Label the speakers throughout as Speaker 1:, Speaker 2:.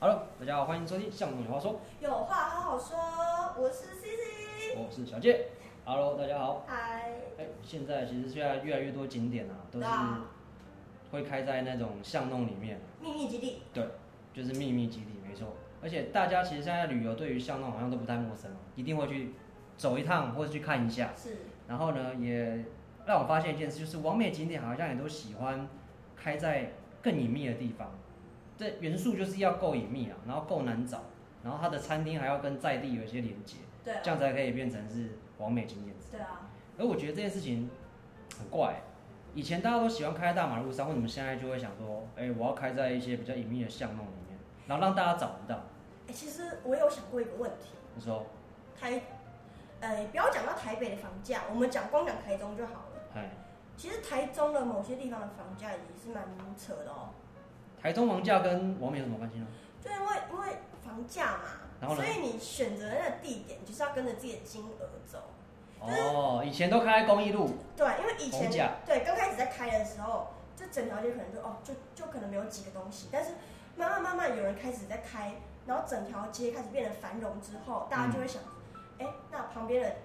Speaker 1: 大家好，欢迎收听《向总有话说》，
Speaker 2: 有话好好说，我是 C C。
Speaker 1: 我是小健。Hello，大家好。
Speaker 2: 嗨，
Speaker 1: 哎，现在其实现在越来越多景点啊，都是
Speaker 2: 啊
Speaker 1: 会开在那种巷弄里面，
Speaker 2: 秘密基地，
Speaker 1: 对，就是秘密基地，没错。而且大家其实现在旅游对于巷弄好像都不太陌生了，啊一定会去走一趟或者去看一下。
Speaker 2: 是
Speaker 1: 然后呢，也让我发现一件事，就是完美景点好像也都喜欢开在更隐秘的地方。这元素就是要够隐秘啊，然后够难找，然后它的餐厅还要跟在地有一些连接，
Speaker 2: 对
Speaker 1: 这
Speaker 2: 啊，
Speaker 1: 样才可以变成是完美景点。
Speaker 2: 对啊，
Speaker 1: 而我觉得这件事情很怪欸、以前大家都喜欢开在大马路上，为什么现在就会想说，哎、我要开在一些比较隐秘的巷弄里面，然后让大家找不到？
Speaker 2: 哎、其实我有想过一个问题，
Speaker 1: 你说，
Speaker 2: 台，呃，不要讲到台北的房价，我们讲光讲台中就好了。
Speaker 1: 哎，
Speaker 2: 其实台中的某些地方的房价也是蛮扯的哦，
Speaker 1: 台中房价跟完美有什么关系呢？
Speaker 2: 就因为因为房价
Speaker 1: 然
Speaker 2: 嘛，
Speaker 1: 后呢
Speaker 2: 所以你选择那个地点就是要跟着自己的金额走。
Speaker 1: 哦，以前都开在公益路，
Speaker 2: 对，啊因为以前
Speaker 1: 红甲
Speaker 2: 对刚开始在开的时候，这整条街可能就哦，就就可能没有几个东西，但是慢慢慢慢有人开始在开，然后整条街开始变得繁荣之后，大
Speaker 1: 嗯
Speaker 2: 家就会想，哎、那旁边的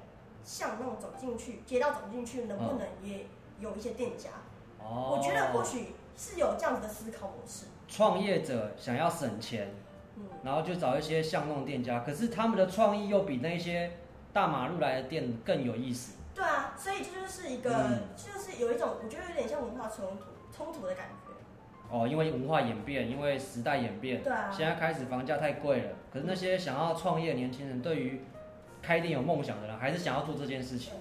Speaker 2: 巷弄走进去，街道走进去，能不能也有一些店家？
Speaker 1: 嗯哦，
Speaker 2: 我觉得或许是有这样子的思考模式，
Speaker 1: 创业者想要省钱，
Speaker 2: 嗯，
Speaker 1: 然后就找一些巷弄店家，可是他们的创意又比那些大马路来的店更有意思。
Speaker 2: 对啊，所以这就是一个，
Speaker 1: 嗯
Speaker 2: 就是有一种我觉得有点像文化冲突冲突的感觉，
Speaker 1: 哦，因为文化演变，因为时代演变，
Speaker 2: 对啊
Speaker 1: 现在开始房价太贵了。可是那些想要创业的年轻人，对于开店有梦想的人，还是想要做这件事情。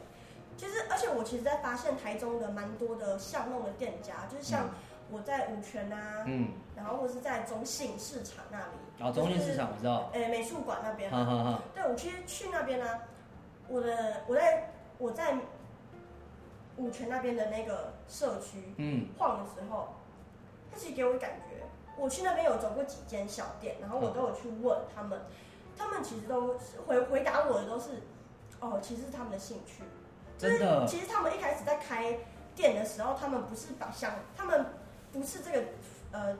Speaker 2: 其实，而且我其实，在发现台中的蛮多的巷弄的店家，就是像我在五泉啊，
Speaker 1: 嗯，
Speaker 2: 然后或是在中信市场那里，
Speaker 1: 然后中心市，场嗯我知道，
Speaker 2: 呃，美术馆那边，
Speaker 1: 哈哈哈，
Speaker 2: 对我其实去那边呢、啊我的我在我在五泉那边的那个社区
Speaker 1: 嗯，
Speaker 2: 晃的时候，他其实给我感觉，我去那边有走过几间小店，
Speaker 1: 嗯
Speaker 2: 然后我都有去问他们，他们其实都是回回答我的都是，哦，其实是他们的兴趣。啊
Speaker 1: 真的
Speaker 2: 就是其实他们一开始在开店的时候，他们不是把想，他们不是这个，呃，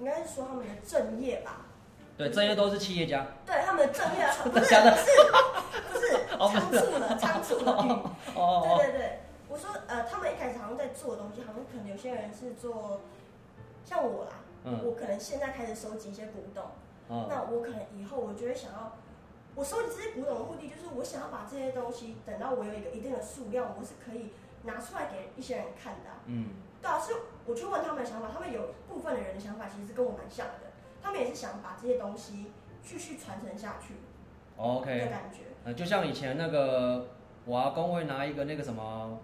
Speaker 2: 应该是说他们的正业吧？
Speaker 1: 对，这些都是企业家，
Speaker 2: 对，他们的正业不是
Speaker 1: 假的
Speaker 2: 不是
Speaker 1: 哦不
Speaker 2: 仓
Speaker 1: 是
Speaker 2: 促了，仓促了。
Speaker 1: 哦哦，
Speaker 2: 对对对，我说呃，他们一开始好像在做的东西，好像可能有些人是做，像我啦，
Speaker 1: 嗯
Speaker 2: 我可能现在开始收集一些古董，
Speaker 1: 哦，
Speaker 2: 那我可能以后我就会想要，我收集这些古董的目的就是我想要把这些东西，等到我有一个一定的数量，我是可以拿出来给一些人看的啊、
Speaker 1: 嗯，
Speaker 2: 对啊，是我去问他们的想法，他们有部分的人的想法其实跟我蛮像的，他们也是想把这些东西继续传承下去
Speaker 1: 哦
Speaker 2: 的
Speaker 1: ，OK，
Speaker 2: 感觉。
Speaker 1: 呃，就像以前那个我阿公会拿一个那个什么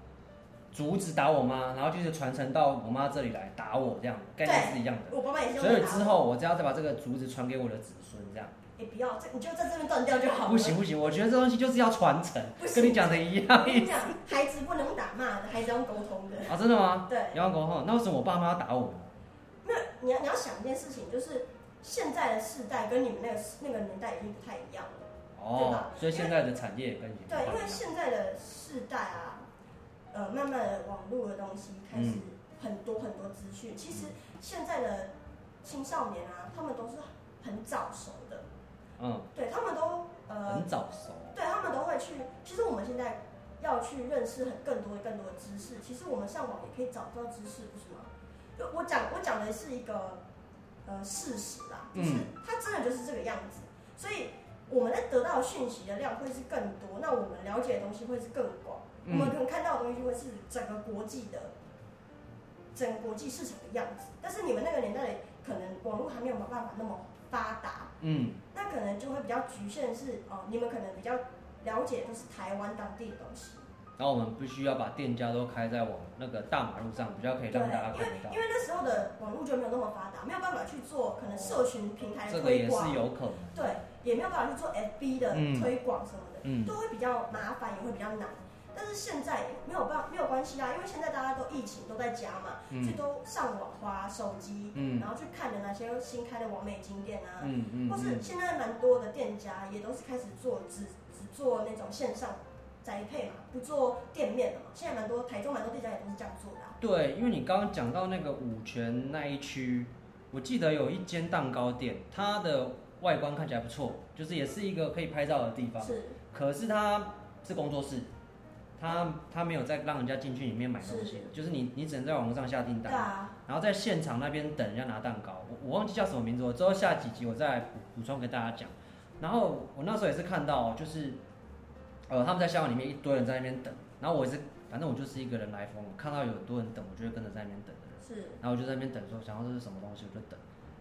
Speaker 1: 竹子打我妈，然后就是传承到我妈这里来打我，这样概念是一样的。
Speaker 2: 我爸妈也是用
Speaker 1: 所
Speaker 2: 这
Speaker 1: 以
Speaker 2: 个打
Speaker 1: 之
Speaker 2: 法，
Speaker 1: 后我只要再把这个竹子传给我的子孙，这样
Speaker 2: 也哎不要，这你就在这边断掉就好了。
Speaker 1: 不行，不行，我觉得这东西就是要传承
Speaker 2: 不，行
Speaker 1: 跟你讲的一
Speaker 2: 我
Speaker 1: 样
Speaker 2: 跟你讲，孩子不能用打骂的，孩子要用沟通的。
Speaker 1: 啊，真的吗？
Speaker 2: 对，
Speaker 1: 杨国浩，那为什么我爸妈要打我呢？
Speaker 2: 没有，你要你要想一件事情，就是现在的世代跟你们那个时那个年代已经不太一样了。对
Speaker 1: 哦
Speaker 2: 吧，
Speaker 1: 所以现在的产业也跟以前
Speaker 2: 对，因
Speaker 1: 不
Speaker 2: 为
Speaker 1: 太一样
Speaker 2: 现在的世代啊，呃，慢慢的网络的东西开始很多很多资讯。其实现在的青少年啊，他们都是很早熟的，
Speaker 1: 嗯，
Speaker 2: 对他们都呃
Speaker 1: 很，早熟，
Speaker 2: 对他们都会去。其实我们现在要去认识很更多更多的知识，其实我们上网也可以找到知识，不是吗？就我讲我讲的是一个呃事实啦，就是
Speaker 1: 嗯
Speaker 2: 它真的就是这个样子，所以我们在得到的讯息的量会是更多，那我们了解的东西会是更广，我们
Speaker 1: 嗯
Speaker 2: 可能看到的东西会是整个国际的。整个国际市场的样子，但是你们那个年代可能网络还没有办法那么发达，
Speaker 1: 嗯，
Speaker 2: 那可能就会比较局限是哦，你们可能比较了解就是台湾当地的东西，
Speaker 1: 然后我们必须要把店家都开在往那个大马路上，比较可以
Speaker 2: 对
Speaker 1: 让大家，
Speaker 2: 因
Speaker 1: 看
Speaker 2: 为
Speaker 1: 得到
Speaker 2: 因，为那时候的网络就没有那么发达，没有办法去做可能社群平台
Speaker 1: 这
Speaker 2: 的
Speaker 1: 个也是
Speaker 2: 推广，
Speaker 1: 有可能，
Speaker 2: 对，也没有办法去做 FB 的
Speaker 1: 嗯
Speaker 2: 推广什么的，
Speaker 1: 嗯
Speaker 2: 都会比较麻烦，也会比较难。但是现在没有办没有关系啊啦，因为现在大家都疫情都在家嘛，
Speaker 1: 嗯
Speaker 2: 所以都上网花手机，
Speaker 1: 嗯
Speaker 2: 然后去看的哪些新开的网美景点啊，
Speaker 1: 嗯嗯
Speaker 2: 或是
Speaker 1: 嗯，
Speaker 2: 现在蛮多的店家也都是开始做只只做那种线上宅配嘛，不做店面了嘛。现在蛮多台中蛮多店家也都是这样做的啊、
Speaker 1: 对，因为你刚刚讲到那个五泉那一区，我记得有一间蛋糕店，它的外观看起来不错，就是也是一个可以拍照的地方。
Speaker 2: 是
Speaker 1: 可是它是工作室，它它没有再让人家进去里面买东西，就是你你只能在网络上下订
Speaker 2: 对
Speaker 1: 单，
Speaker 2: 啊，
Speaker 1: 然后在现场那边等人家拿蛋糕。我我忘记叫什么名字，我之后下几集我再来补补充给大家讲。然后我那时候也是看到，就是呃他们在香港里面一堆人在那边等，然后我也是反正我就是一个人来疯，看到有很多人等，我就会跟着在那边等的人。
Speaker 2: 是
Speaker 1: 然后我就在那边等说，想要这是什么东西，我就等。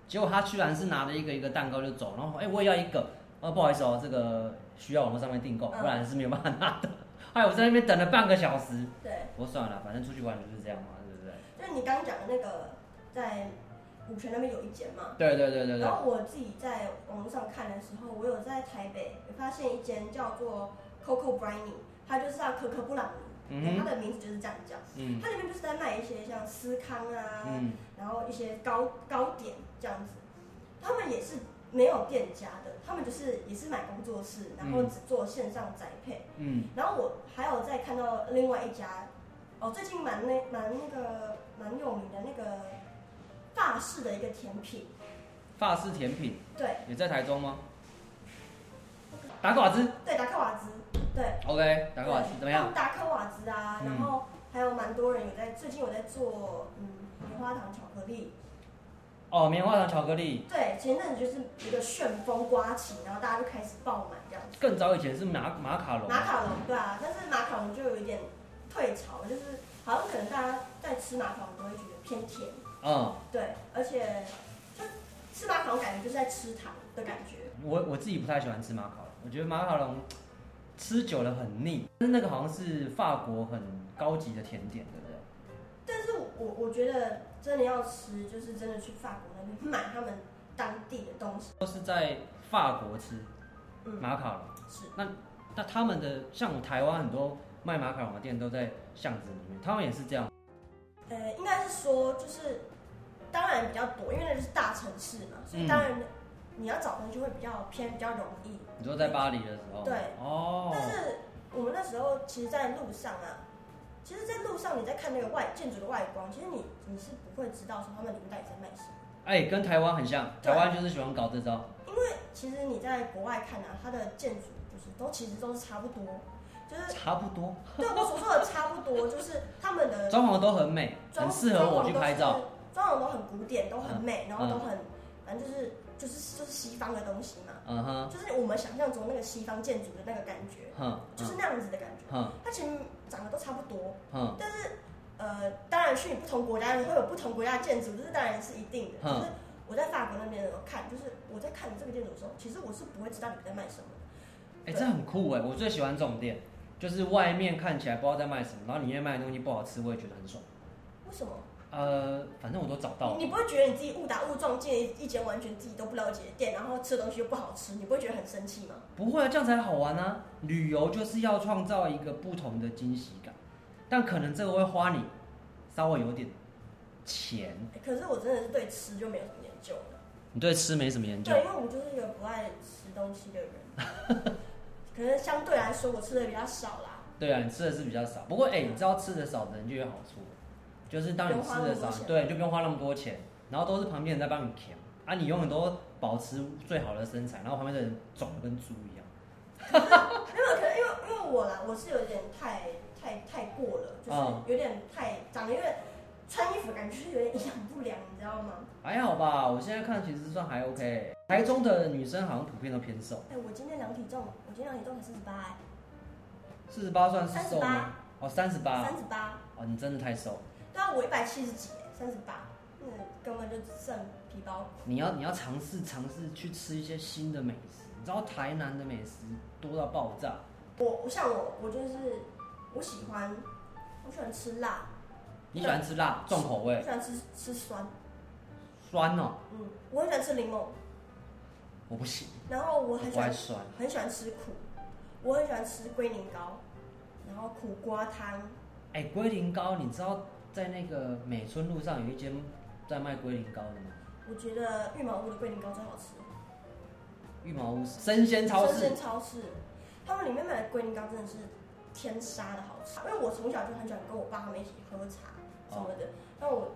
Speaker 1: 结果他居然是拿着一个一个蛋糕就走，然后哎、我也要一个，啊不好意思哦，这个需要网络上面订购，
Speaker 2: 嗯
Speaker 1: 不然是没有办法拿的。 哎，我在那边等了半个小时，
Speaker 2: 对，
Speaker 1: 我说算了，反正出去玩就是这样嘛，对不对？
Speaker 2: 就是你刚刚讲的那个在五泉那边有一间嘛，
Speaker 1: 对对对对对
Speaker 2: 然，后我自己在网络上看的时候，我有在台北有发现一间叫做 Coco Briny，它就是叫可可布朗尼，对
Speaker 1: 嗯
Speaker 2: 它
Speaker 1: 哼，
Speaker 2: 的名字就是这样叫。
Speaker 1: 嗯
Speaker 2: 它里面就是在卖一些像司康啊，
Speaker 1: 嗯，
Speaker 2: 然后一些糕糕点这样子，他们也是没有店家的，他们就是也是买工作室，然后
Speaker 1: 嗯
Speaker 2: 只做线上宅配。
Speaker 1: 嗯
Speaker 2: 然后我还有再看到另外一家，哦，最近蛮那蛮那个蛮有名的那个法式的一个甜品，
Speaker 1: 法式甜品
Speaker 2: 对
Speaker 1: 也在台中吗？达克瓦兹
Speaker 2: 对，达克瓦兹，对，
Speaker 1: ，OK，达克瓦兹
Speaker 2: 对
Speaker 1: 怎么样？？
Speaker 2: 达克瓦兹啊，
Speaker 1: 嗯
Speaker 2: 然后还有蛮多人有在，最近有在做嗯棉花糖巧克力，
Speaker 1: 哦，棉花糖巧克力，
Speaker 2: 对，前阵子就是一个旋风刮起，然后大家就开始爆满这样子。
Speaker 1: 更早以前是马马卡龙，
Speaker 2: 马卡龙对啊，但是马卡龙就有一点退潮，就是好像可能大家在吃马卡龙都会觉得偏甜，
Speaker 1: 嗯。
Speaker 2: 对，而且就吃马卡龙感觉就是在吃糖的感觉，
Speaker 1: 我我自己不太喜欢吃马卡龙，我觉得马卡龙吃久了很腻。但是那个好像是法国很高级的甜点，对不对？
Speaker 2: 但是我我觉得真的要吃，就是真的去法国那边买他们当地的东西，
Speaker 1: 都是在法国吃
Speaker 2: 嗯，
Speaker 1: 马卡龙，
Speaker 2: 是
Speaker 1: 那他们的像我台湾很多卖马卡龙的店都在巷子里面，他们也是这样。
Speaker 2: 呃，应该是说就是，当然比较多，因为那就是大城市嘛，所以
Speaker 1: 嗯
Speaker 2: 当然你要找东西会比较偏比较容易。
Speaker 1: 你说在巴黎的时候，
Speaker 2: 对
Speaker 1: 哦，
Speaker 2: 但是我们那时候其实，在路上啊，其实，在路上你在看那个外建筑的外观，其实你你是不会知道说他们里面到底在卖什么，
Speaker 1: 哎、跟台湾很像，
Speaker 2: 对
Speaker 1: 台湾就是喜欢搞这招，
Speaker 2: 因为其实你在国外看啊，它的建筑就是都其实都是差不多， 就是
Speaker 1: 差不多，
Speaker 2: 对我所说的差不多，就是他们的
Speaker 1: 装潢都很美，
Speaker 2: 装
Speaker 1: 很适合我去拍，
Speaker 2: 装潢
Speaker 1: 照。
Speaker 2: 都是装潢都很古典，都很美，然后
Speaker 1: 嗯
Speaker 2: 都很反正就是就是就是西方的东西嘛，
Speaker 1: 嗯哼，
Speaker 2: 就是我们想象中那个西方建筑的那个感觉，
Speaker 1: 哼，
Speaker 2: 就是那样子的感觉，
Speaker 1: 哼
Speaker 2: 它其实长得都差不多。
Speaker 1: 哼
Speaker 2: 但是呃，当然去你不同国家，你会有不同国家的建筑，这是当然是一定的。
Speaker 1: 嗯
Speaker 2: 就是我在法国那边有看，就是我在看这个建筑的时候，其实我是不会知道你们在卖什么的。
Speaker 1: 哎、这很酷哎、我最喜欢这种店，就是外面看起来不知道在卖什么，然后里面卖的东西不好吃，我也觉得很爽。
Speaker 2: 为什么？
Speaker 1: 呃，反正我都找到了，
Speaker 2: 你你不会觉得你自己误打误撞进了一一间完全自己都不了解的店，然后吃的东西又不好吃，你不会觉得很生气吗？
Speaker 1: 不会啊，这样才好玩啊！旅游就是要创造一个不同的惊喜感，但可能这个会花你稍微有点钱。
Speaker 2: 欸可是我真的是对吃就没有什么研究了。
Speaker 1: 你对吃没什么研究
Speaker 2: 对，因为我就是一个不爱吃东西的人， 可能相对来说我吃的比较少啦。
Speaker 1: 对啊，你吃的是比较少，不过哎、你知道吃的少的人就有好处，就是当你吃的
Speaker 2: 不用花那么多
Speaker 1: 少，
Speaker 2: 钱
Speaker 1: 对，你就不用花那么多钱，然后都是旁边人在帮你填，啊，你永远都保持最好的身材，然后旁边的人肿的跟猪一样。
Speaker 2: 没有，可能因为因为我啦，我是有点太太太过了，就是
Speaker 1: 嗯
Speaker 2: 有点太长得有点穿衣服感觉就是有点营养不良，你知道吗？
Speaker 1: 还好吧，我现在看其实算还 OK。台中的女生好像普遍都偏瘦，
Speaker 2: 哎、我今天量体重，我今天量体重才四十八，哎
Speaker 1: 四十八算是
Speaker 2: 三十
Speaker 1: 瘦吗
Speaker 2: 八，？
Speaker 1: 哦，三十八
Speaker 2: 三，十八，
Speaker 1: 哦，你真的太瘦。
Speaker 2: 对啊，我一百七十几，三十八，嗯，根本就剩皮包骨。
Speaker 1: 你要你要尝试尝试去吃一些新的美食，你知道台南的美食多到爆炸，
Speaker 2: 我我像我我就是我喜欢我喜欢吃辣，
Speaker 1: 你喜欢吃辣重口
Speaker 2: 我
Speaker 1: 味，
Speaker 2: 喜欢吃吃酸，
Speaker 1: 酸哦，
Speaker 2: 嗯，我很喜欢吃柠檬，
Speaker 1: 我不行，
Speaker 2: 然后我
Speaker 1: 我
Speaker 2: 很喜
Speaker 1: 不
Speaker 2: 欢
Speaker 1: 爱酸。
Speaker 2: 很喜欢吃苦，我很喜欢吃龟苓膏，然后苦瓜汤。
Speaker 1: 哎，龟苓膏，你知道在那个美村路上有一间在卖龟苓膏的吗？
Speaker 2: 我觉得玉毛屋的龟苓膏最好吃，
Speaker 1: 玉毛屋生鲜超
Speaker 2: 深
Speaker 1: 市
Speaker 2: 圳，超市，他们里面买的龟苓膏真的是天杀的好吃。因为我从小就很喜欢跟我爸他们一起喝茶
Speaker 1: 哦
Speaker 2: 什么的，那、我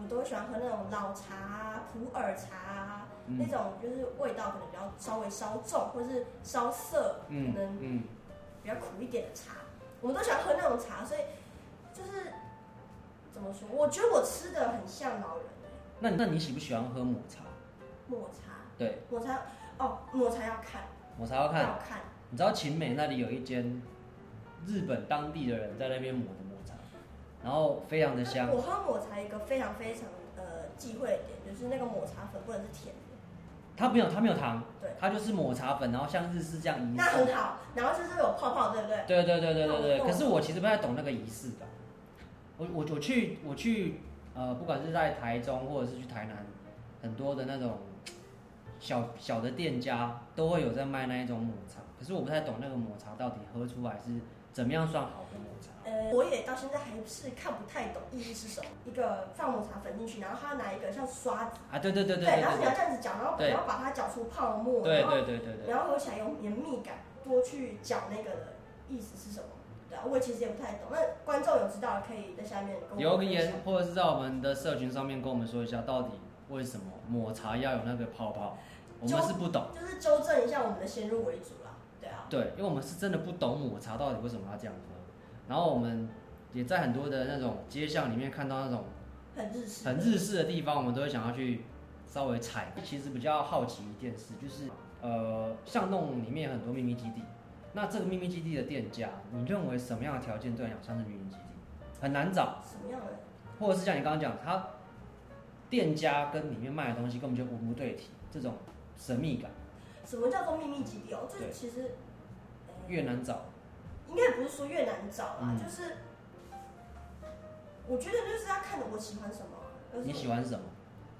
Speaker 2: 我都喜欢喝那种老茶啊、普洱茶啊，
Speaker 1: 嗯
Speaker 2: 那种就是味道可能比较稍微稍重，或是稍涩，
Speaker 1: 嗯
Speaker 2: 可能
Speaker 1: 嗯，
Speaker 2: 比较苦一点的茶。我们都喜欢喝那种茶，所以就是怎么说？我觉得我吃的很像老人、欸，
Speaker 1: 那那你喜不喜欢喝抹茶？
Speaker 2: 抹茶，
Speaker 1: 对，
Speaker 2: 抹茶哦，抹茶要看，
Speaker 1: 抹茶要看，
Speaker 2: 要看。
Speaker 1: 你知道秦美那里有一间日本当地的人在那边抹的抹茶，然后非常的香。
Speaker 2: 我喝抹茶一个非常非常呃忌讳的点，就是那个抹茶粉不能是甜的，
Speaker 1: 它没有它没有糖
Speaker 2: 对，
Speaker 1: 它就是抹茶粉，然后像日式这样仪
Speaker 2: 那很
Speaker 1: 式。
Speaker 2: 好。然后就是有泡泡，对不对？
Speaker 1: 对对对对对对
Speaker 2: 那我
Speaker 1: 可是我其实不太懂那个仪式的。我我我去我去呃，不管是在台中或者是去台南，很多的那种小小的店家都会有在卖那一种抹茶，可是我不太懂那个抹茶到底喝出来是怎么样算好的抹茶。
Speaker 2: 呃，我也到现在还是看不太懂意义是什么。一个放抹茶粉进去，然后他拿一个像刷子，
Speaker 1: 啊，对对对对
Speaker 2: 然后你要这样子搅，然后
Speaker 1: 对
Speaker 2: 然后把它搅出泡沫，
Speaker 1: 对
Speaker 2: 然后
Speaker 1: 对对对对，
Speaker 2: 然后喝起来有绵密感，多去搅那个的意思是什么？对啊，我其实也不太懂。那观众有知道的可以在下面跟我
Speaker 1: 留个
Speaker 2: 分享
Speaker 1: 言或者是在我们的社群上面跟我们说一下，到底为什么抹茶要有那个泡泡，我们
Speaker 2: 就是
Speaker 1: 不懂。
Speaker 2: 就是纠正一下我们的先入为主啦。对啊，
Speaker 1: 对，因为我们是真的不懂抹茶到底为什么要这样喝，然后我们也在很多的那种街巷里面看到那种
Speaker 2: 很日式，
Speaker 1: 很日式的地方，我们都会想要去稍微踩。其实比较好奇一件事，就是呃，巷弄里面很多秘密基地，那这个秘密基地的店家，你认为什么样的条件对你来讲算是秘密基地？很难找，
Speaker 2: 什么样的？
Speaker 1: 或者是像你刚刚讲，他店家跟里面卖的东西根本就文不对题，这种神秘感
Speaker 2: 什么叫做秘密基地哦？这
Speaker 1: 对
Speaker 2: 其实，呃
Speaker 1: 越难找。
Speaker 2: 应该不是说越难找啦，
Speaker 1: 嗯
Speaker 2: 就是我觉得就是要看我喜欢什么啊。
Speaker 1: 你喜
Speaker 2: 欢？
Speaker 1: 欢什么？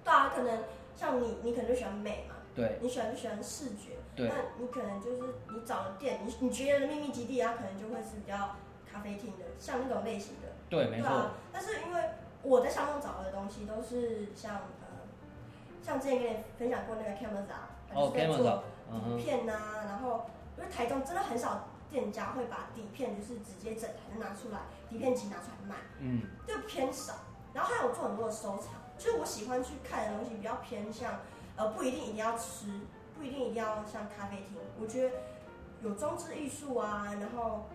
Speaker 2: 对啊，可能像你，你可能就喜欢美嘛，
Speaker 1: 对
Speaker 2: 你喜欢就喜欢视觉，
Speaker 1: 对
Speaker 2: 那你可能就是你找的店，你你觉得的秘密基地啊，可能就会是比较咖啡厅的，像那种类型的，
Speaker 1: 对，没
Speaker 2: 对
Speaker 1: 错
Speaker 2: 啊。。但是因为我在上网找的东西都是像呃，像之前跟你分享过那个啊 Camera，
Speaker 1: 哦，Camera，嗯
Speaker 2: 底
Speaker 1: 哼，
Speaker 2: 片呐、然后因为台中真的很少店家会把底片就是直接整台就拿出来，底片机拿出来卖，
Speaker 1: 嗯，
Speaker 2: 就偏少。然后还有做很多的收藏，就是我喜欢去看的东西比较偏向，呃，不一定一定要吃，不一定一定要像咖啡厅，我觉得有装置艺术啊，然后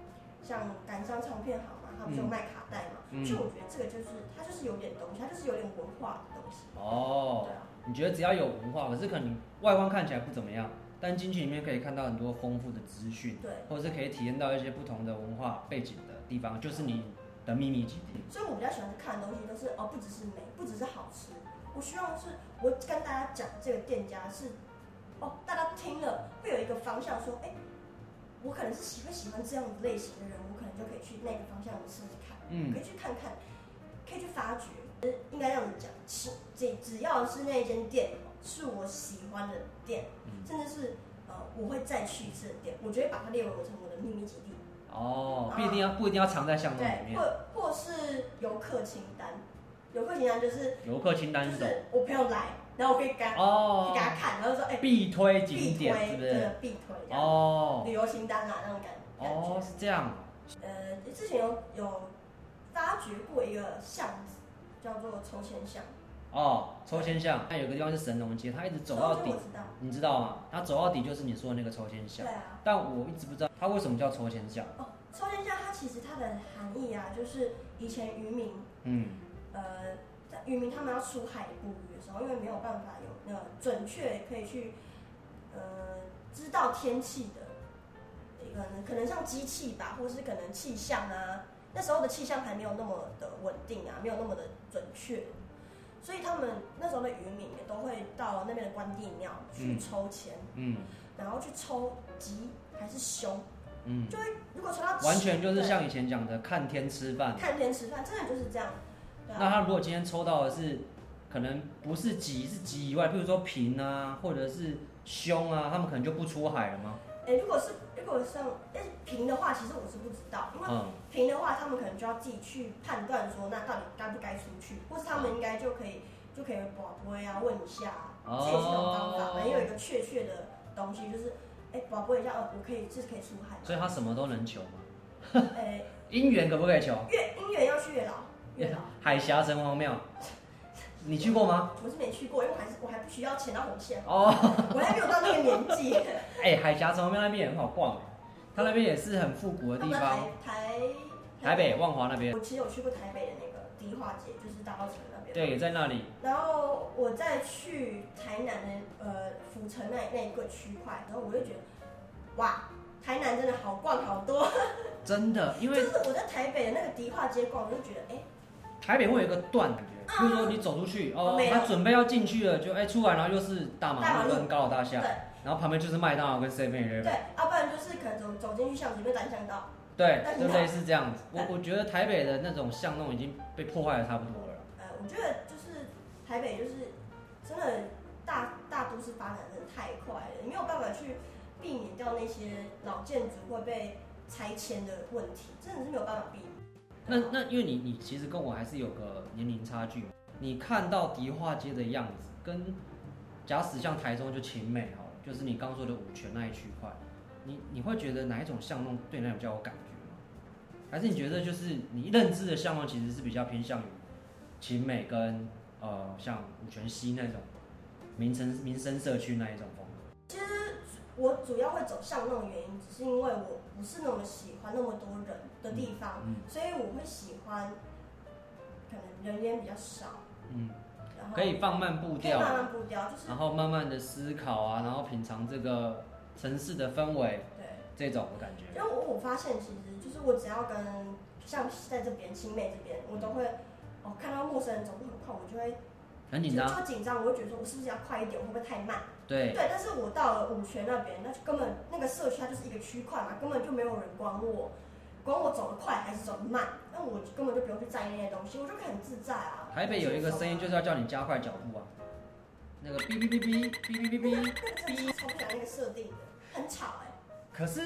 Speaker 2: 像感伤唱片行嘛，他们就卖卡带嘛，
Speaker 1: 嗯
Speaker 2: 就我觉得这个就是它就是有点东西，它就是有点文化的东西，
Speaker 1: 哦
Speaker 2: 对，啊，
Speaker 1: 你觉得只要有文化，可是可能外观看起来不怎么样，但进去里面可以看到很多丰富的资讯，
Speaker 2: 对。
Speaker 1: 或者是可以体验到一些不同的文化背景的地方，就是你的秘密基地。
Speaker 2: 所以我比较喜欢看的东西都是哦，不只是美，不只是好吃，我希望是我跟大家讲这个店家是哦，大家听了会有一个方向说，哎、我可能是喜欢喜欢这样的类型的人，我可能就可以去那个方向试试看，
Speaker 1: 嗯
Speaker 2: 可以去看看，可以去发掘。呃应该这样子讲，是只只要是那一间店是我喜欢的店，
Speaker 1: 嗯，
Speaker 2: 甚至是呃我会再去一次的店，我就会把它列为我成我的秘密基地。
Speaker 1: 哦，
Speaker 2: 啊
Speaker 1: 不一定要不一定要藏在巷弄里
Speaker 2: 对，
Speaker 1: 面。
Speaker 2: 或或是游客清单，游客清单就是
Speaker 1: 游客清单
Speaker 2: 就是
Speaker 1: 什么？
Speaker 2: 是我朋友来，然后我可以给他、
Speaker 1: 哦
Speaker 2: 给，他看，然后说哎、
Speaker 1: 必推
Speaker 2: 必
Speaker 1: 景
Speaker 2: 推，
Speaker 1: 点是不
Speaker 2: 真
Speaker 1: 是？
Speaker 2: 的必推这样，
Speaker 1: 哦
Speaker 2: 旅游清单啊那种感感觉。
Speaker 1: 哦，是这样。
Speaker 2: 呃，之前有有发掘过一个巷子，叫做抽签巷，
Speaker 1: 哦，抽签巷，那有个地方是神农街，它一直走到
Speaker 2: 抽
Speaker 1: 底
Speaker 2: 签我，知道，
Speaker 1: 你知道吗？它走到底就是你说的那个抽签巷
Speaker 2: 对，啊，
Speaker 1: 但我一直不知道它为什么叫抽签巷。
Speaker 2: 哦，抽签巷它其实它的含义啊，就是以前渔民
Speaker 1: 嗯，
Speaker 2: 呃，在渔民他们要出海捕鱼的时候，因为没有办法有那个准确可以去呃知道天气的，一个可能像机器吧，或是可能气象啊，那时候的气象还没有那么的稳定啊，没有那么的准确，所以他们那时候的渔民也都会到那边的关帝庙去
Speaker 1: 嗯
Speaker 2: 抽签，
Speaker 1: 嗯
Speaker 2: 然后去抽吉还是凶，
Speaker 1: 嗯，
Speaker 2: 如果抽到吉
Speaker 1: 完全就是
Speaker 2: 对
Speaker 1: 像以前讲的看天吃饭。
Speaker 2: 看天吃饭，真的就是这样。对啊
Speaker 1: 那他如果今天抽到的是，可能不是吉是吉以外，譬如说平啊，或者是凶啊，他们可能就不出海了吗？
Speaker 2: 哎、如果是如果像但是平的话，其实我是不知道，因为
Speaker 1: 嗯，
Speaker 2: 平的话，他们可能就要自己去判断说，那到底该不该出去，或是他们应该就可以就可以宝贝啊问一下啊，
Speaker 1: 哦
Speaker 2: 这也是一种方法，反正有一个确切的东西，就是哎宝贝一下，哦，我可以这是可以出海
Speaker 1: 所以
Speaker 2: 吗？
Speaker 1: 他什么都能求吗？
Speaker 2: 哎、
Speaker 1: 姻缘可不可以求？
Speaker 2: 越姻缘要去越老，越老，
Speaker 1: 海峡城隍庙，你去过 吗？
Speaker 2: 我是没去过，因为我还是我还不需要潜到红线，啊
Speaker 1: 哦，
Speaker 2: 我还没有到那个年纪。
Speaker 1: 哎、海峡城那边也很好逛，它那边也是很复古的
Speaker 2: 他
Speaker 1: 地
Speaker 2: 们
Speaker 1: 方，
Speaker 2: 台台
Speaker 1: 台北万华那边，
Speaker 2: 我其实有去过台北的那个迪化街，就是大稻城那边。
Speaker 1: 对，也在那里。
Speaker 2: 然后我再去台南的呃府城那那一个区块，然后我就觉得，哇，台南真的好逛好多。
Speaker 1: 真的，因
Speaker 2: 就
Speaker 1: 为
Speaker 2: 是我在台北的那个迪化街逛，我就觉得，哎，
Speaker 1: 台北会有一个段感觉，比如说你走出去，哦，
Speaker 2: 嗯没有
Speaker 1: 他准备要进去了，就哎、出来，然后又是大马
Speaker 2: 大马
Speaker 1: 路
Speaker 2: 路
Speaker 1: 跟高楼大厦
Speaker 2: 对，
Speaker 1: 然后旁边就是麦当劳跟 Seven
Speaker 2: 对
Speaker 1: Eleven，，
Speaker 2: 要、不然就是可能走走进去巷子里面单向道，
Speaker 1: 对，
Speaker 2: 但是
Speaker 1: 就
Speaker 2: 它
Speaker 1: 类似这样子。我
Speaker 2: 对
Speaker 1: 我觉得台北的那种巷弄已经被破坏的差不多了啦。
Speaker 2: 呃，我觉得就是台北就是真的大大都市发展真的太快了，你没有办法去避免掉那些老建筑会被拆迁的问题，真的是没有办法避免。
Speaker 1: 那那因为你你其实跟我还是有个年龄差距，你看到迪化街的样子，跟假使像台中就晴美好了，就是你刚说的五泉那一区块，你你会觉得哪一种巷弄对你来讲比较有感觉吗？还是你觉得就是你认知的巷弄其实是比较偏向于晴美跟呃像五泉西那种民生民生社区那一种风格？
Speaker 2: 我主要会走巷弄的原因，只是因为我不是那么喜欢那么多人的地方，
Speaker 1: 嗯
Speaker 2: 所以我会喜欢可能人烟比较少，
Speaker 1: 嗯，
Speaker 2: 然后
Speaker 1: 可以放慢步
Speaker 2: 哦可以
Speaker 1: 调，啊
Speaker 2: 慢慢步调，就是
Speaker 1: 然后慢慢的思考啊，然后品尝这个城市的氛围。
Speaker 2: 对。
Speaker 1: 这种的感觉。
Speaker 2: 因为我我发现其实就是我只要跟像在这边青妹这边，我都会哦看到陌生人走路很快，我就会
Speaker 1: 很紧
Speaker 2: 就
Speaker 1: 张，
Speaker 2: 就紧张，我会觉得说我是不是要快一点，我会不会太慢？
Speaker 1: 对，
Speaker 2: 对，但是我到了五泉那边，那就根本那个社区它就是一个区块嘛，根本就没有人管我，管我走得快还是走得慢，那我根本就不用去在意那些东西，我就可以很自在啊。
Speaker 1: 台北有一个声音就是要叫你加快脚步啊，那个哔哔哔哔哔哔哔哔，
Speaker 2: 那个真的超不喜欢那个设定的，很吵哎、
Speaker 1: 可是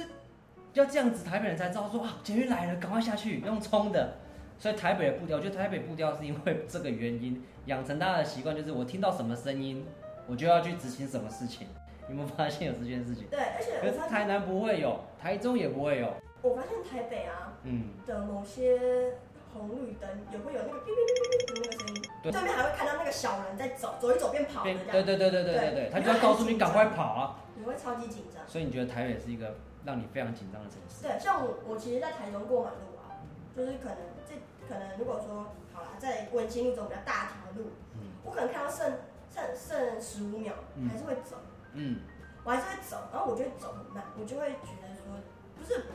Speaker 1: 要这样子，台北人才知道说啊，捷运来了，赶快下去，不用冲的。所以台北的步调，我觉得台北步调是因为这个原因养成大家的习惯，就是我听到什么声音，我就要去执行什么事情。你有没有发现有这件事情？
Speaker 2: 对，而且
Speaker 1: 可
Speaker 2: 我
Speaker 1: 是
Speaker 2: 发
Speaker 1: 台
Speaker 2: 现
Speaker 1: 南不会有，台中也不会有，
Speaker 2: 我发现台北啊
Speaker 1: 嗯，
Speaker 2: 的某些红绿灯也会有那个哔哔哔哔哔的那个声音。
Speaker 1: 对
Speaker 2: 对面还会看到那个小人在走，走一走便跑的
Speaker 1: 对
Speaker 2: 这
Speaker 1: 对对
Speaker 2: 样，
Speaker 1: 对对对对对，他就要告诉你赶快跑啊。
Speaker 2: 你会超级紧张。
Speaker 1: 所以你觉得台北是一个让你非常紧张的城市？
Speaker 2: 对，像我我其实，在台中过马路啊，就是可能这可能如果说好啦，在文心路这种比较大条的路，
Speaker 1: 嗯
Speaker 2: 我可能看到剩剩剩十五秒
Speaker 1: 嗯，
Speaker 2: 还是会走，
Speaker 1: 嗯。
Speaker 2: 我还是会走，然后我就会走很慢，我就会觉得说不是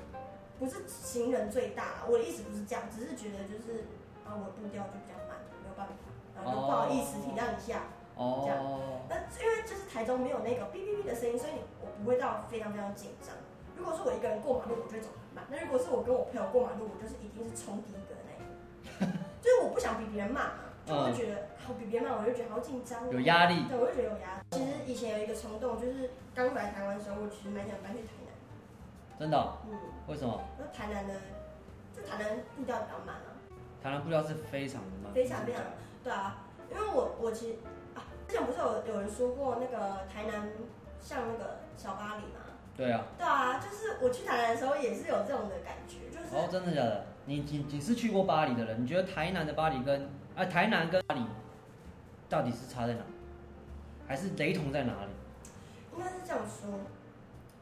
Speaker 2: 不是行人最大啦，我的意思不是这样，只是觉得就是啊，我的步调就比较慢，没有办法，然后就不好意思
Speaker 1: 哦
Speaker 2: 体谅一下。这
Speaker 1: 哦，
Speaker 2: 那因为就是台中没有那个哔哔哔的声音，所以我不会到非常非常紧张。如果是我一个人过马路，我就会走很慢；那如果是我跟我朋友过马路，我就是一定是冲第一个的那一个， 就是我不想比别人慢嘛，就会觉得好比别人慢，我就觉得好紧张哦，
Speaker 1: 有压力。
Speaker 2: 对，我就觉得有压力。其实以前有一个冲动，就是刚来台湾的时候，我其实蛮想搬去台南，
Speaker 1: 真的哦、
Speaker 2: 嗯，
Speaker 1: 为什么？
Speaker 2: 那台南的就台南步调比较慢啊，
Speaker 1: 台南步调是非常的慢，
Speaker 2: 非常非常对啊，因为我我其实啊，之前不是有有人说过那个台南像那个小巴黎嘛，
Speaker 1: 对啊，
Speaker 2: 对啊，就是我去台南的时候也是有这种的感觉，就是、
Speaker 1: 哦，真的假的？你你你是去过巴黎的人，你觉得台南的巴黎跟啊台南跟巴黎到底是差在哪？还是雷同在哪里？
Speaker 2: 应该是这样说，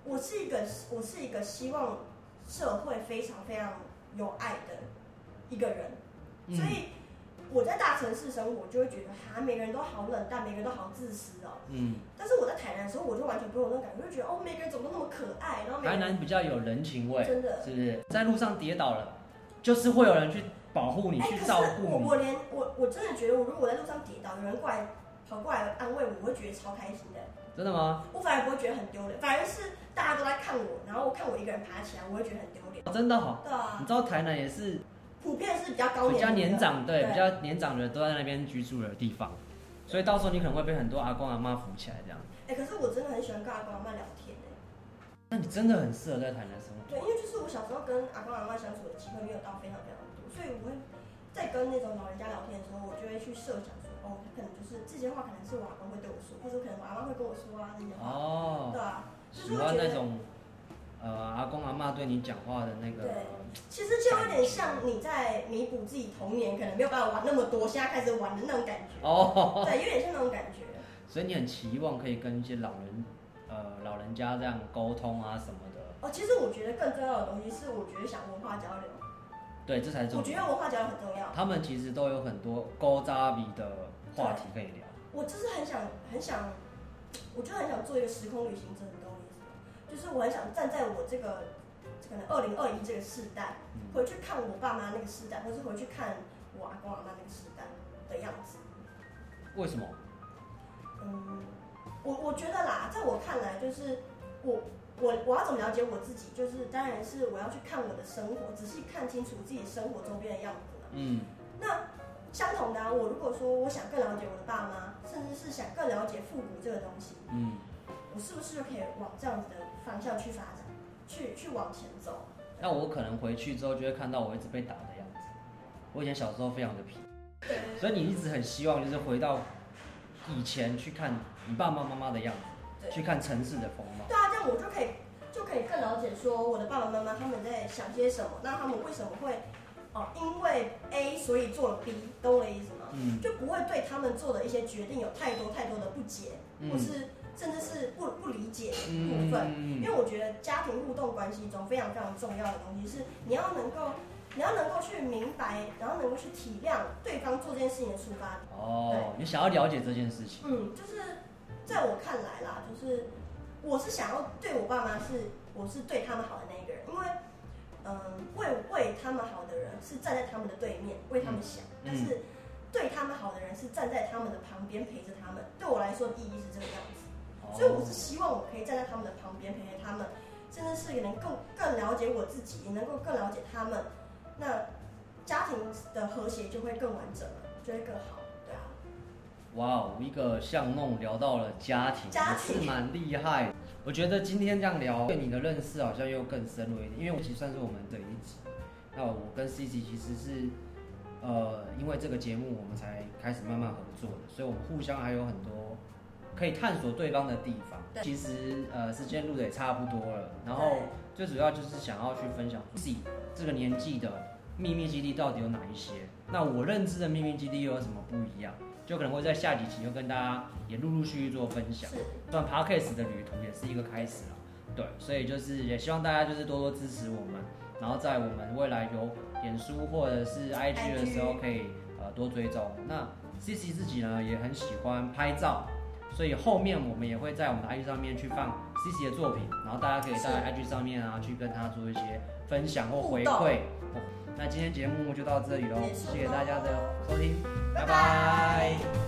Speaker 2: 我是一个我是一个希望社会非常非常有爱的一个人，
Speaker 1: 嗯
Speaker 2: 所以我在大城市生活就会觉得哈，每个人都好冷淡，每个人都好自私哦。
Speaker 1: 嗯，
Speaker 2: 但是我在台南的时候，我就完全不会有那种感觉，我就觉得哦，每个人怎么那么可爱，然后
Speaker 1: 嗯，
Speaker 2: 每个
Speaker 1: 台
Speaker 2: 人
Speaker 1: 南比较有人情味，
Speaker 2: 真的
Speaker 1: 是不是？在路上跌倒了，就是会有人去保护你，
Speaker 2: 哎，
Speaker 1: 去
Speaker 2: 可是
Speaker 1: 照顾
Speaker 2: 我
Speaker 1: 你。
Speaker 2: 我连我我真的觉得，我如果我在路上跌倒，有人过来跑过来安慰我，我会觉得超开心的。
Speaker 1: 真的吗？
Speaker 2: 我反而不会觉得很丢脸，反而是大家都在看我，然后我看我一个人爬起来，我会觉得很丢脸。
Speaker 1: 哦真的好、
Speaker 2: 对啊
Speaker 1: 你，知道台南也是
Speaker 2: 普遍是比较高年龄
Speaker 1: 比
Speaker 2: 的
Speaker 1: 较年长，对，
Speaker 2: 对
Speaker 1: 比较年长的人都在那边居住的地方，所以到时候你可能会被很多阿公阿妈扶起来这样。
Speaker 2: 哎、可是我真的很喜欢跟阿公阿妈聊天哎、
Speaker 1: 那你真的很适合在台南生活。
Speaker 2: 对，因为就是我小时候跟阿公阿妈相处的机会没有到非常非常多，所以我会在跟那种老人家聊天的时候，我就会去设想说，哦，他可能就是这些话，可能是我阿公会对我说，或者可能我阿妈会跟我说啊这些话，
Speaker 1: 哦，
Speaker 2: 对啊，
Speaker 1: 喜欢那种呃阿公阿妈对你讲话的那个
Speaker 2: 对其实就有点像你在弥补自己童年可能没有办法玩那么多，现在开始玩的那种感觉。
Speaker 1: 哦，
Speaker 2: 对，有点像那种感觉。
Speaker 1: 所以你很期望可以跟一些老人呃老人家这样沟通啊什么的，
Speaker 2: 哦，其实我觉得更重要的东西是，我觉得想文化交流，
Speaker 1: 对，这才是
Speaker 2: 我
Speaker 1: 重
Speaker 2: 觉
Speaker 1: 点。
Speaker 2: 得文化交流很重要。
Speaker 1: 他们其实都有很多勾扎比的话题可以聊。
Speaker 2: 我就是很想很想，我就很想做一个时空旅行者，你懂我意思吗？就是我很想站在我这个可能二零二一这个世代，
Speaker 1: 嗯，
Speaker 2: 回去看我爸妈那个世代，或是回去看我阿公阿妈那个世代的样子。
Speaker 1: 为什么？
Speaker 2: 嗯，我我觉得啦，在我看来，就是我我我要怎么了解我自己，就是当然是我要去看我的生活，仔细看清楚自己生活周边的样子嘛。
Speaker 1: 嗯，
Speaker 2: 那相同的、啊，我如果说我想更了解我的爸妈，甚至是想更了解复古这个东西，
Speaker 1: 嗯，
Speaker 2: 我是不是可以往这样子的方向去发展，去去往前走？
Speaker 1: 那我可能回去之后就会看到我一直被打的样子。我以前小时候非常的皮，
Speaker 2: 对，
Speaker 1: 所以你一直很希望就是回到以前去看你爸爸妈妈的样子，
Speaker 2: 对
Speaker 1: 去看城市的风貌。
Speaker 2: 对啊，这样我就可以就可以更了解说我的爸爸妈妈他们在想些什么，那他们为什么会哦、因为 A 所以做了 B，懂我的意思吗？
Speaker 1: 嗯
Speaker 2: 就不会对他们做的一些决定有太多太多的不解，或
Speaker 1: 嗯
Speaker 2: 是甚至是不不理解的部分。
Speaker 1: 嗯
Speaker 2: 因为我觉得家庭互动关系中非常非常重要的东西是，你要能够，你要能够去明白，然后能够去体谅对方做这件事情的出发点。
Speaker 1: 哦，你想要了解这件事情，
Speaker 2: 嗯，就是在我看来啦，就是我是想要对我爸妈是，我是对他们好的那一个人，因为嗯、为为他们好的人是站在他们的对面为他们想，
Speaker 1: 嗯
Speaker 2: 但是对他们好的人是站在他们的旁边陪着他们。对我来说，意义是这个样子，所以我
Speaker 1: 哦
Speaker 2: 是希望我可以站在他们的旁边陪着他们，甚至是也能更更了解我自己，也能够更了解他们，那家庭的和谐就会更完整嘛，就会更好，对啊。
Speaker 1: 哇哦，一个巷弄聊到了家庭，
Speaker 2: 家
Speaker 1: 也
Speaker 2: 庭
Speaker 1: 是蛮厉害的。我觉得今天这样聊，对你的认识好像又更深入一点，因为我其实算是我们的一集。那我跟 C C 其实是，呃，因为这个节目我们才开始慢慢合作的，所以我们互相还有很多可以探索对方的地方。
Speaker 2: 对
Speaker 1: 其实呃，时间录的也差不多了，然后最主要就是想要去分享自己这个年纪的秘密基地到底有哪一些？那我认知的秘密基地又有什么不一样？就可能会在下几集又跟大家也陆陆续续做分享。
Speaker 2: 是。
Speaker 1: 算 podcast 的旅途也是一个开始了，对，所以就是也希望大家就是多多支持我们，然后在我们未来有演书或者是 IG 的时候可以呃多追踪。那 C C 自己呢也很喜欢拍照，所以后面我们也会在我们的 IG 上面去放 C C 的作品，然后大家可以在 IG 上面啊去跟他做一些分享或回
Speaker 2: 互动
Speaker 1: 馈。哦那今天节目就到这里喽，
Speaker 2: 结束
Speaker 1: 谢谢大家的收听，
Speaker 2: 拜拜
Speaker 1: 拜拜